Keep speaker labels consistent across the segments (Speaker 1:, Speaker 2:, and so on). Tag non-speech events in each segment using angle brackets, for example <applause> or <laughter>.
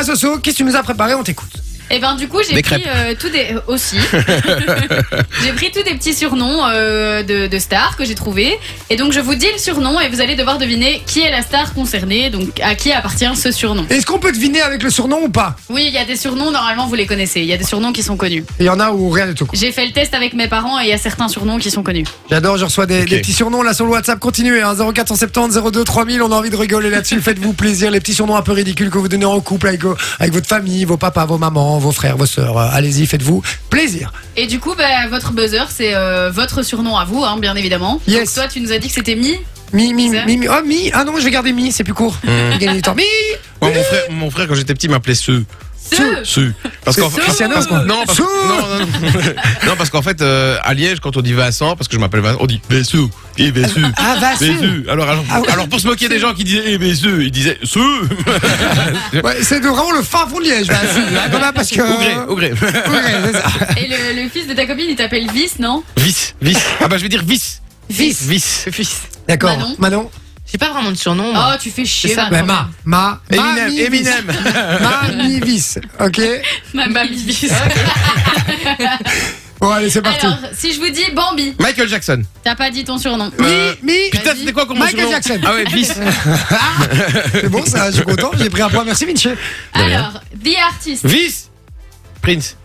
Speaker 1: Ah, Soso, qu'est-ce que tu nous as préparé On t'écoute.
Speaker 2: Et ben du coup j'ai
Speaker 3: Des
Speaker 2: pris
Speaker 3: crêpes.
Speaker 2: euh, tout des euh, aussi. j'ai pris tous des petits surnoms euh, de, de stars que j'ai trouvés. Et donc je vous dis le surnom et vous allez devoir deviner qui est la star concernée, donc à qui appartient ce surnom.
Speaker 1: Est-ce qu'on peut deviner avec le surnom ou pas
Speaker 2: Oui, il y a des surnoms normalement vous les connaissez. Il y a des surnoms qui sont connus.
Speaker 1: Il y en a où rien du tout.
Speaker 2: J'ai fait le test avec mes parents et il y a certains surnoms qui sont connus.
Speaker 1: J'adore, je reçois des,
Speaker 3: Ok.
Speaker 1: des petits surnoms là sur le WhatsApp. Continuez, hein, 0470 02 3000. On a envie de rigoler
Speaker 3: <laughs>
Speaker 1: là-dessus. Faites-vous plaisir. Les petits surnoms un peu ridicules que vous donnez en couple avec, vos- avec votre famille, vos papas, vos mamans, vos frères, vos sœurs. Euh, Allez-y, faites-vous plaisir.
Speaker 2: Et du coup, bah, votre buzzer, c'est euh, votre surnom à vous, hein, bien évidemment.
Speaker 1: Yes.
Speaker 2: Donc toi, tu nous as dit que c'était Mi.
Speaker 1: Mi, mi,
Speaker 2: C'est ça
Speaker 1: mi, mi. Oh, mi. Ah non, je vais garder mi, c'est plus court.
Speaker 3: Hmm.
Speaker 1: J'ai gagné du temps. Mi
Speaker 3: Moi, mon frère, mon frère quand j'étais petit, m'appelait Seu.
Speaker 2: Ce.
Speaker 3: Seu. Parce qu'en
Speaker 1: C'est
Speaker 3: parce-
Speaker 1: Cristiano,
Speaker 3: parce-
Speaker 1: quoi.
Speaker 3: Non, parce,
Speaker 1: Seu.
Speaker 3: non, non, non. <laughs> Non, parce qu'en fait, euh, à Liège, quand on dit Vincent, parce que je m'appelle Vincent, on dit Vessou. Et Vessou.
Speaker 1: Ah, va, <laughs> Seu.
Speaker 3: Vessou. Alors, alors,
Speaker 1: Ah ouais.
Speaker 3: alors, pour se moquer des gens qui disaient eh, Vessou, ils disaient Seu.
Speaker 1: Ouais, C'est de- vraiment le fin fond de Liège, va, Seu,
Speaker 3: <laughs>
Speaker 1: hein, quand même, parce que.
Speaker 3: Au gré, au gré. <laughs>
Speaker 1: Ouais, c'est ça.
Speaker 2: Et le, le fils de ta copine, il t'appelle Vice, non
Speaker 3: Vice, vice. Ah bah, je vais dire vice.
Speaker 1: Vice.
Speaker 3: Vice.
Speaker 1: D'accord.
Speaker 2: Manon.
Speaker 1: Manon.
Speaker 4: J'ai pas vraiment de surnom. moi.
Speaker 2: Oh, tu fais chier,
Speaker 4: C'est ça,
Speaker 1: Ouais,
Speaker 2: Manon.
Speaker 1: Ben, ma. Ma. Ah, ma,
Speaker 3: Eminem,
Speaker 1: mi,
Speaker 3: Eminem.
Speaker 1: Bah, vice. Ma, mi, vice. Ok.
Speaker 2: Ma mamie Vice.
Speaker 1: Bon, allez, c'est parti.
Speaker 2: Alors, si je vous dis Bambi,
Speaker 1: <laughs>
Speaker 3: Michael Jackson.
Speaker 2: t'as pas dit ton surnom.
Speaker 3: Euh,
Speaker 1: Mi, mi.
Speaker 3: Putain, c'était quoi qu'on m'a
Speaker 1: Michael
Speaker 3: surnom
Speaker 1: Jackson.
Speaker 3: Ah ouais,
Speaker 1: <laughs>
Speaker 3: vice.
Speaker 1: C'est bon, ça, je suis content. J'ai pris un point. Merci, Vinci.
Speaker 2: Alors, The Artist.
Speaker 3: Vice. Prince.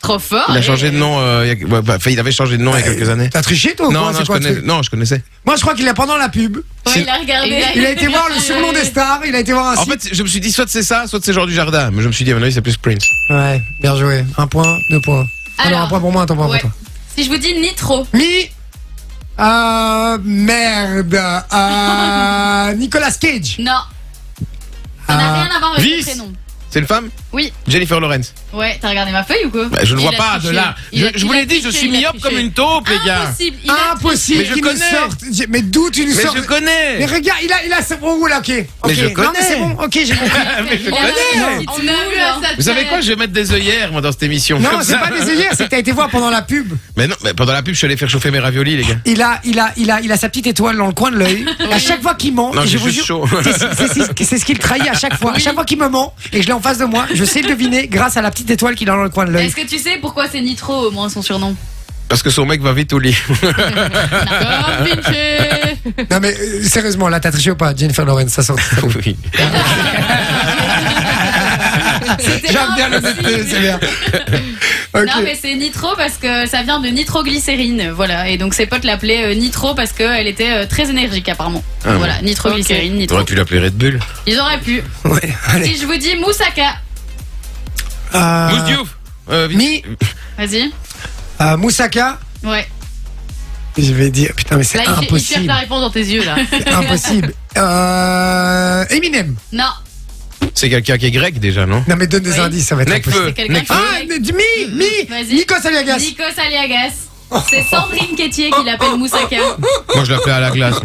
Speaker 2: Trop fort.
Speaker 3: Il a
Speaker 1: Ah,
Speaker 2: Et-
Speaker 3: changé de nom. euh, il y a- ouais, bah, enfin, il avait changé de nom il y a quelques années.
Speaker 1: T'as triché, toi Ah, ou
Speaker 3: Non,
Speaker 1: quoi
Speaker 3: non,
Speaker 1: C'est
Speaker 3: je
Speaker 1: quoi le
Speaker 3: connais-
Speaker 1: truc
Speaker 3: non, je connaissais.
Speaker 1: Moi, je crois qu'il est pendant la pub.
Speaker 2: Ouais, il a regardé.
Speaker 1: Il a été voir le surnom des stars. Il a été voir un
Speaker 3: En
Speaker 1: site.
Speaker 3: fait, je me suis dit soit c'est ça, soit c'est genre du jardin. Mais je me suis dit, à mon avis, c'est plus Prince.
Speaker 1: Ouais, bien joué. Un point, deux points. Alors, un
Speaker 2: Alors,
Speaker 1: point pour moi, un point pour
Speaker 2: ouais.
Speaker 1: toi.
Speaker 2: Si je vous dis Nitro,
Speaker 1: Mi. Euh, merde. Euh, <laughs> Nicolas Cage.
Speaker 2: non. Ça n'a
Speaker 1: Euh,
Speaker 2: rien à voir avec
Speaker 3: Ah. Vice.
Speaker 2: le prénom.
Speaker 3: C'est une femme
Speaker 2: Oui.
Speaker 3: Jennifer Lawrence.
Speaker 2: Ouais, t'as regardé ma feuille ou quoi
Speaker 3: Bah, je ne
Speaker 2: Il
Speaker 3: vois
Speaker 2: a
Speaker 3: pas
Speaker 2: triché.
Speaker 3: de là.
Speaker 2: Il
Speaker 3: Je,
Speaker 2: a-
Speaker 3: je vous
Speaker 2: il a
Speaker 3: l'ai dit, je
Speaker 2: triché,
Speaker 3: suis
Speaker 2: il a
Speaker 3: myope comme
Speaker 2: triché.
Speaker 3: une taupe, les gars.
Speaker 2: Impossible. il a
Speaker 1: Impossible
Speaker 3: Mais je
Speaker 1: qu'il nous
Speaker 3: connais.
Speaker 1: sorte. J'ai- Mais d'où tu nous
Speaker 3: Mais
Speaker 1: sors
Speaker 3: je connais
Speaker 1: Mais regarde, il a, il a, oh oula, ok. ok.
Speaker 3: je
Speaker 1: Non, mais
Speaker 3: connais.
Speaker 1: c'est bon, ok, j'ai compris.
Speaker 3: Ah, Mais je
Speaker 2: Il a
Speaker 3: connais.
Speaker 2: raison,
Speaker 4: On
Speaker 2: tu
Speaker 4: a
Speaker 2: nous
Speaker 4: eu,
Speaker 2: le
Speaker 4: hein.
Speaker 2: sens.
Speaker 3: Vous savez quoi Je vais mettre des œillères, moi, dans cette émission.
Speaker 1: Non,
Speaker 3: Comme
Speaker 1: c'est
Speaker 3: ça.
Speaker 1: pas des œillères, c'est que t'as été voir pendant la pub.
Speaker 3: Mais non, mais pendant la pub, je suis allé faire chauffer mes raviolis, les gars.
Speaker 1: Il a, il a, il a, il a sa petite étoile dans le coin de l'œil. À chaque fois qu'il ment,
Speaker 3: Non,
Speaker 1: et je
Speaker 3: j'ai
Speaker 1: vous
Speaker 3: juste
Speaker 1: jure,
Speaker 3: chaud.
Speaker 1: c'est- c'est c'est- c'est ce qu'il trahit à chaque fois. À chaque fois qu'il me ment et je l'ai en face de moi, je sais le deviner grâce à la petite étoile qu'il a dans le coin de l'œil.
Speaker 2: Est-ce que tu sais pourquoi c'est Nitro au moins son surnom
Speaker 3: Parce que son mec va vite au lit. <laughs>
Speaker 2: Comme
Speaker 4: <laughs>
Speaker 2: Vinci.
Speaker 1: Non mais euh, sérieusement, là t'as triché ou pas, Jennifer Lawrence, ça sort. Ah,
Speaker 3: oui. Ah,
Speaker 2: C'était
Speaker 1: J'aime bien
Speaker 2: impossible.
Speaker 1: l'honnêteté, c'est bien. Ok.
Speaker 2: Ah, Non mais c'est Nitro parce que ça vient de nitroglycérine, voilà. Et donc ses potes l'appelaient euh, Nitro parce qu'elle était euh, très énergique apparemment.
Speaker 3: Ah,
Speaker 2: voilà, nitroglycérine, nitro.
Speaker 3: T'aurais pu l'appeler Red Bull.
Speaker 2: Ils auraient pu.
Speaker 1: Ouais, allez.
Speaker 2: Si je vous dis Moussaka, Ah.
Speaker 1: Euh,
Speaker 3: Mousse Diouf. Euh, vite.
Speaker 1: Mi,
Speaker 2: vas-y.
Speaker 1: euh, Moussaka.
Speaker 2: Ouais.
Speaker 1: Je vais dire, putain mais c'est
Speaker 4: Là, il- il cherche
Speaker 1: impossible,
Speaker 4: la réponse dans tes yeux, là.
Speaker 1: c'est impossible. Euh, Eminem.
Speaker 2: Non.
Speaker 3: C'est quelqu'un qui est grec déjà, non
Speaker 1: Non mais donne des
Speaker 2: Oui.
Speaker 1: indices, ça va être impossible.
Speaker 3: Necfeu.
Speaker 2: C'est quelqu'un
Speaker 3: Necfeu.
Speaker 2: qui-
Speaker 1: Ah, mais du- mi, mi,
Speaker 2: Vas-y.
Speaker 1: Nico Saliagas.
Speaker 2: Nikos Aliagas. C'est Sandrine Quétier
Speaker 1: <laughs>
Speaker 2: qui l'appelle Moussaka.
Speaker 1: Oh,
Speaker 3: Moi, je l'appelais à la glace.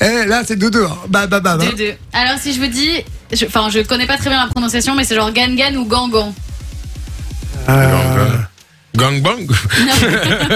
Speaker 1: Eh, là, c'est 2-2. hein. Bah, bah, bah, bah.
Speaker 2: Deux, deux. Alors si je vous dis, je- enfin je connais pas très bien la prononciation, mais c'est genre Gangan ou Gangan. Ah.
Speaker 1: Euh,
Speaker 3: Gang bang.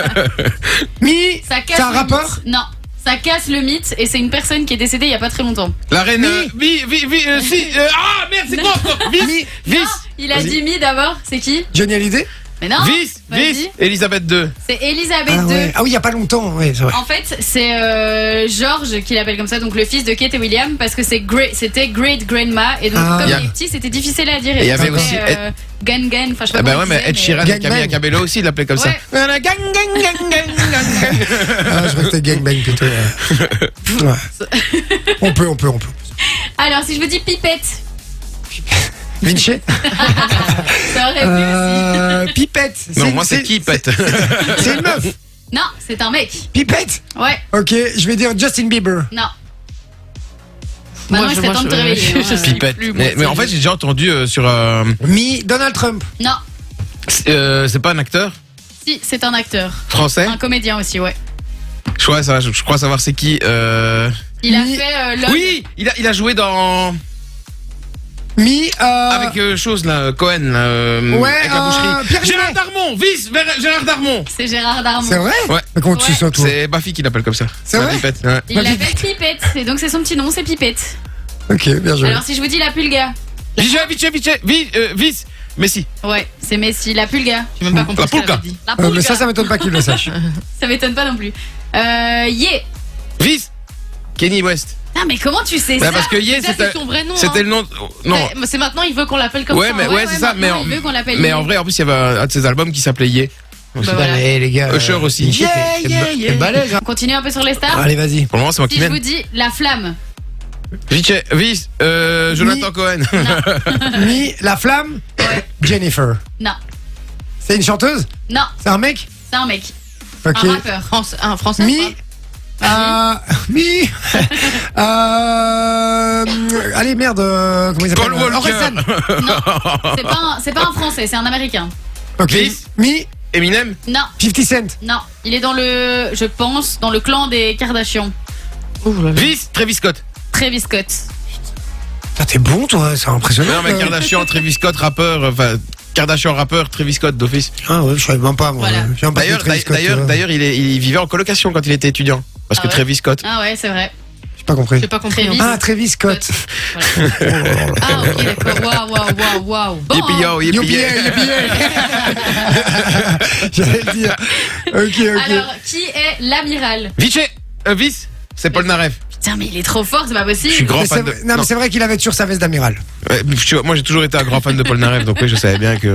Speaker 1: <laughs> Mi,
Speaker 2: Ça casse
Speaker 1: c'est un
Speaker 2: le
Speaker 1: rappeur
Speaker 2: mythe. Non. Ça casse le mythe et c'est une personne qui est décédée il y a pas très longtemps.
Speaker 3: La reine. euh, Vi, vi, vi, euh, si, euh, ah merde, c'est
Speaker 2: <laughs>
Speaker 3: quoi encore Vis,
Speaker 1: Mi,
Speaker 3: vis,
Speaker 2: Il a
Speaker 3: Vas-y.
Speaker 2: dit mi d'abord, c'est qui
Speaker 1: Johnny Hallyday
Speaker 3: Ah,
Speaker 2: Mais non
Speaker 3: vis,
Speaker 2: Hein Vas-y.
Speaker 3: vis. Elisabeth II.
Speaker 2: C'est Elisabeth
Speaker 1: ah,
Speaker 2: II.
Speaker 1: ouais. Ah oui, il y a pas longtemps, ouais, c'est vrai.
Speaker 2: En fait, c'est euh, George qui l'appelle comme ça, donc le fils de Kate et William, parce que c'est great- c'était Great Grandma, et donc
Speaker 1: Ah.
Speaker 2: comme
Speaker 3: Y a-
Speaker 2: il est petit, c'était difficile à dire.
Speaker 3: Et y avait
Speaker 2: c'était,
Speaker 3: aussi
Speaker 2: euh, Gun Gun, enfin je sais pas.
Speaker 3: Ah bah
Speaker 2: comment
Speaker 3: ouais,
Speaker 2: il
Speaker 3: mais
Speaker 2: disait,
Speaker 3: Ed Sheeran et
Speaker 1: Gangbang.
Speaker 3: Camilla Cabello aussi, il l'appelait comme ça.
Speaker 2: Ouais.
Speaker 3: Voilà, Ah, gang, gang, gang, gang, gang, gang.
Speaker 1: Ah, je restais gangbang plutôt. ouais.
Speaker 3: <laughs>
Speaker 1: Ouais. On peut, on peut, on peut.
Speaker 2: Alors si je vous dis pipette,
Speaker 1: Vinci
Speaker 2: ça aurait pu aussi.
Speaker 1: euh, Pipette.
Speaker 3: Non, moi c'est qui, Pet <laughs>
Speaker 1: C'est une meuf.
Speaker 2: Non, c'est un mec.
Speaker 1: Pipette
Speaker 2: Ouais,
Speaker 1: Ok, je vais dire Justin Bieber.
Speaker 2: non. Maintenant, il
Speaker 4: je-
Speaker 2: serait temps de te
Speaker 4: je-
Speaker 2: réveiller.
Speaker 4: je-
Speaker 2: hein.
Speaker 4: je sais
Speaker 3: Pipette.
Speaker 4: plus, moi,
Speaker 3: Mais, mais en fait, j'ai déjà entendu euh, sur. euh,
Speaker 1: Mi, Donald Trump.
Speaker 2: Non,
Speaker 3: c'est- euh, c'est pas un acteur
Speaker 2: si, c'est un acteur.
Speaker 3: français
Speaker 2: Un comédien aussi, ouais.
Speaker 3: je crois, ça, je, je crois savoir c'est qui. Euh...
Speaker 2: Il a
Speaker 1: Mi-
Speaker 2: fait euh, Love.
Speaker 3: Oui, il a, il a joué dans.
Speaker 1: Mi, euh,
Speaker 3: Avec euh, chose là, euh, Cohen, là, euh,
Speaker 1: Ouais,
Speaker 3: avec
Speaker 1: euh,
Speaker 3: la boucherie.
Speaker 1: Pierre
Speaker 3: Gérard
Speaker 1: Junet.
Speaker 3: Darmon, vice vers- Gérard Darmon.
Speaker 2: C'est Gérard
Speaker 1: C'est
Speaker 2: Darmon.
Speaker 1: vrai
Speaker 3: Ouais.
Speaker 1: Mais comment tu
Speaker 2: Ouais.
Speaker 1: sais ça, toi
Speaker 3: C'est Bafi qui l'appelle comme ça.
Speaker 1: C'est
Speaker 3: La
Speaker 1: vrai
Speaker 3: pipette, ouais.
Speaker 2: Il l'appelle Pipette, et donc c'est son petit nom, c'est Pipette.
Speaker 1: Ok, bien joué.
Speaker 2: Alors si je vous dis la pulga,
Speaker 3: Vija, Vice, Vice, Vi- euh, Vice, Messi.
Speaker 2: Ouais, c'est Messi, la pulga.
Speaker 4: J'ai même pas compris
Speaker 3: La
Speaker 4: ce qu'elle
Speaker 3: polka.
Speaker 4: avait dit.
Speaker 2: La
Speaker 1: Euh,
Speaker 2: pulga.
Speaker 1: mais ça,
Speaker 2: ça,
Speaker 1: ça m'étonne pas qu'il le sache.
Speaker 2: m'étonne pas non plus. Euh, yeah.
Speaker 3: Vice, Kenny West.
Speaker 2: Ah, mais comment tu sais
Speaker 3: Bah,
Speaker 2: ça
Speaker 3: parce que Yé,
Speaker 4: Ça,
Speaker 3: c'était
Speaker 4: c'est son vrai nom.
Speaker 3: c'était
Speaker 4: hein.
Speaker 3: le nom. de- Non.
Speaker 4: Mais- mais C'est maintenant, il veut qu'on l'appelle comme
Speaker 3: Ouais,
Speaker 4: ça.
Speaker 3: mais-
Speaker 4: ouais.
Speaker 3: c'est ça, mais
Speaker 2: maintenant,
Speaker 3: en-
Speaker 2: il veut qu'on l'appelle
Speaker 3: Mais
Speaker 2: Yé.
Speaker 3: en vrai, en plus, il y avait un un de ses albums qui s'appelait Yé.
Speaker 4: Bah, voilà.
Speaker 1: Eh, les gars.
Speaker 3: Usher aussi.
Speaker 1: Michel,
Speaker 3: Yeah,
Speaker 1: t'es-
Speaker 3: yeah,
Speaker 1: t'es
Speaker 3: yeah.
Speaker 1: balèze, hein.
Speaker 2: On continue un peu sur les stars.
Speaker 1: Allez,
Speaker 3: <laughs>
Speaker 1: vas-y.
Speaker 3: Pour le moment, c'est moi qui
Speaker 2: Si je vous
Speaker 3: mène.
Speaker 2: dis la flamme,
Speaker 3: Vice, Vice, euh, Jonathan Cohen. <laughs>
Speaker 1: Mi, la flamme,
Speaker 2: Ouais.
Speaker 1: Jennifer.
Speaker 2: non,
Speaker 1: C'est une chanteuse
Speaker 2: non,
Speaker 1: C'est un mec
Speaker 2: c'est un mec,
Speaker 1: Ok.
Speaker 2: un rappeur.
Speaker 4: hein. France, un français.
Speaker 1: Mi. Euh, mi. <laughs> euh, allez, merde. euh, comment il s'appelle
Speaker 3: Paul Walker.
Speaker 1: Orelsan.
Speaker 2: C'est pas, un- c'est pas un français, c'est un américain.
Speaker 1: Ok.
Speaker 3: Miss.
Speaker 1: Mi.
Speaker 3: Eminem.
Speaker 2: Non,
Speaker 1: 50 Cent.
Speaker 2: non, il est dans le, je pense, dans le clan des Kardashian.
Speaker 4: Ouh là là.
Speaker 3: Vice, Travis Scott.
Speaker 2: Travis Scott.
Speaker 1: Putain, Ah, T'es bon, toi. C'est impressionnant.
Speaker 3: Non, mais
Speaker 1: euh.
Speaker 3: Kardashian, Travis Scott, rappeur. Enfin, Kardashian, rappeur, Travis Scott d'office.
Speaker 1: Ah ouais, je savais même pas, moi.
Speaker 2: Voilà.
Speaker 1: J'ai un peu
Speaker 3: D'ailleurs,
Speaker 1: de Travis
Speaker 3: d'ailleurs,
Speaker 1: Scott,
Speaker 3: d'ailleurs,
Speaker 1: euh,
Speaker 3: d'ailleurs, il, est- il vivait en colocation quand il était étudiant. Parce
Speaker 2: Ah
Speaker 3: que
Speaker 2: ouais
Speaker 3: Travis Scott.
Speaker 2: Ah ouais, c'est vrai.
Speaker 1: J'ai pas compris.
Speaker 4: J'ai pas compris.
Speaker 2: Très
Speaker 4: hein.
Speaker 1: Ah, Travis Scott.
Speaker 2: Ah ok, d'accord.
Speaker 3: <laughs>
Speaker 2: Waouh, waouh, waouh, waouh. Bon,
Speaker 3: Yippee
Speaker 2: hein.
Speaker 3: yo, yippee
Speaker 1: Youpi,
Speaker 3: yay.
Speaker 2: <laughs>
Speaker 1: youpi. J'allais le dire. Ok, ok.
Speaker 2: Alors, qui est l'amiral
Speaker 3: Vice, euh, Vice, c'est Paul Narev.
Speaker 2: Putain, mais il est trop fort, c'est pas possible.
Speaker 3: Je suis grand
Speaker 1: Mais c'est
Speaker 3: fan
Speaker 1: vrai-
Speaker 3: de.
Speaker 1: Non,
Speaker 3: non.
Speaker 1: mais c'est vrai qu'il avait toujours sa veste d'amiral.
Speaker 3: Ouais, tu vois, moi, j'ai toujours été un grand fan de Paul Narev, donc oui, je savais bien que.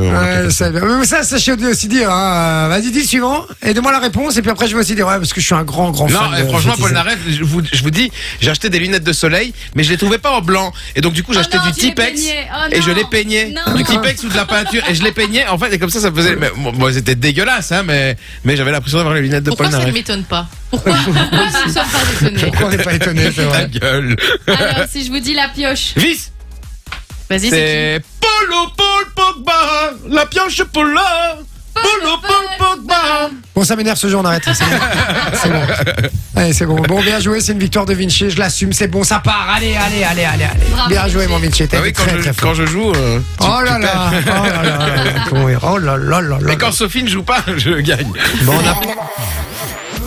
Speaker 1: Ouais, ça, mais ça, sachez aussi dire. hein, euh, Vas-y, dis le suivant. Et donne-moi la réponse. Et puis après, je vais aussi dire. Ouais, parce que je suis un grand, grand
Speaker 3: Non,
Speaker 1: fan.
Speaker 3: eh,
Speaker 1: de
Speaker 3: franchement,
Speaker 1: Fifty
Speaker 3: Paul
Speaker 1: Cent.
Speaker 3: Narev, je vous, je vous dis, j'ai acheté des lunettes de soleil, mais je les trouvais pas en blanc. Et donc, du coup, j'ai
Speaker 2: Oh
Speaker 3: acheté
Speaker 2: non,
Speaker 3: du
Speaker 2: tu les
Speaker 3: Tipex.
Speaker 2: peignais. Oh
Speaker 3: et je
Speaker 2: non.
Speaker 3: les peignais.
Speaker 2: Non.
Speaker 3: Du <laughs> Tipex ou de la peinture. Et je les peignais, en fait. Et comme ça, ça me faisait. mais bon, bon, c'était dégueulasse, hein, mais, mais j'avais l'impression d'avoir les lunettes de
Speaker 4: Pourquoi
Speaker 3: Paul
Speaker 4: ça ne
Speaker 3: Narev.
Speaker 4: m'étonne pas Pourquoi Pourquoi nous ne sommes pas étonnés
Speaker 1: Pourquoi on n'est pas étonné, c'est
Speaker 3: <laughs> Ta
Speaker 1: vrai.
Speaker 3: gueule.
Speaker 2: Alors, si je vous dis la pioche,
Speaker 3: Vice,
Speaker 2: vas-y, c'est
Speaker 3: c'est Polo Paul Pogba, la pioche Polo. Polo Paul Pogba.
Speaker 1: Bon, ça m'énerve ce jeu, on arrête. C'est bon. C'est
Speaker 3: <laughs>
Speaker 1: bon. Allez, c'est bon. Bon, bien joué, c'est une victoire de Vinci. Je l'assume, c'est bon, ça part. Allez, allez, allez, allez. allez.
Speaker 2: Bravo,
Speaker 1: bien joué,
Speaker 2: Vinci.
Speaker 1: mon Vinci. T'as
Speaker 3: Ah oui,
Speaker 1: été
Speaker 3: quand,
Speaker 1: très,
Speaker 3: je,
Speaker 1: très
Speaker 3: quand
Speaker 1: fort.
Speaker 3: je joue. euh, tu-
Speaker 1: Oh là
Speaker 3: tu
Speaker 1: là,
Speaker 3: perds.
Speaker 1: oh là là,
Speaker 3: <laughs>
Speaker 1: con, oh là là là là.
Speaker 3: Mais quand Sophie ne joue pas, <laughs> je gagne.
Speaker 1: Bon, on a-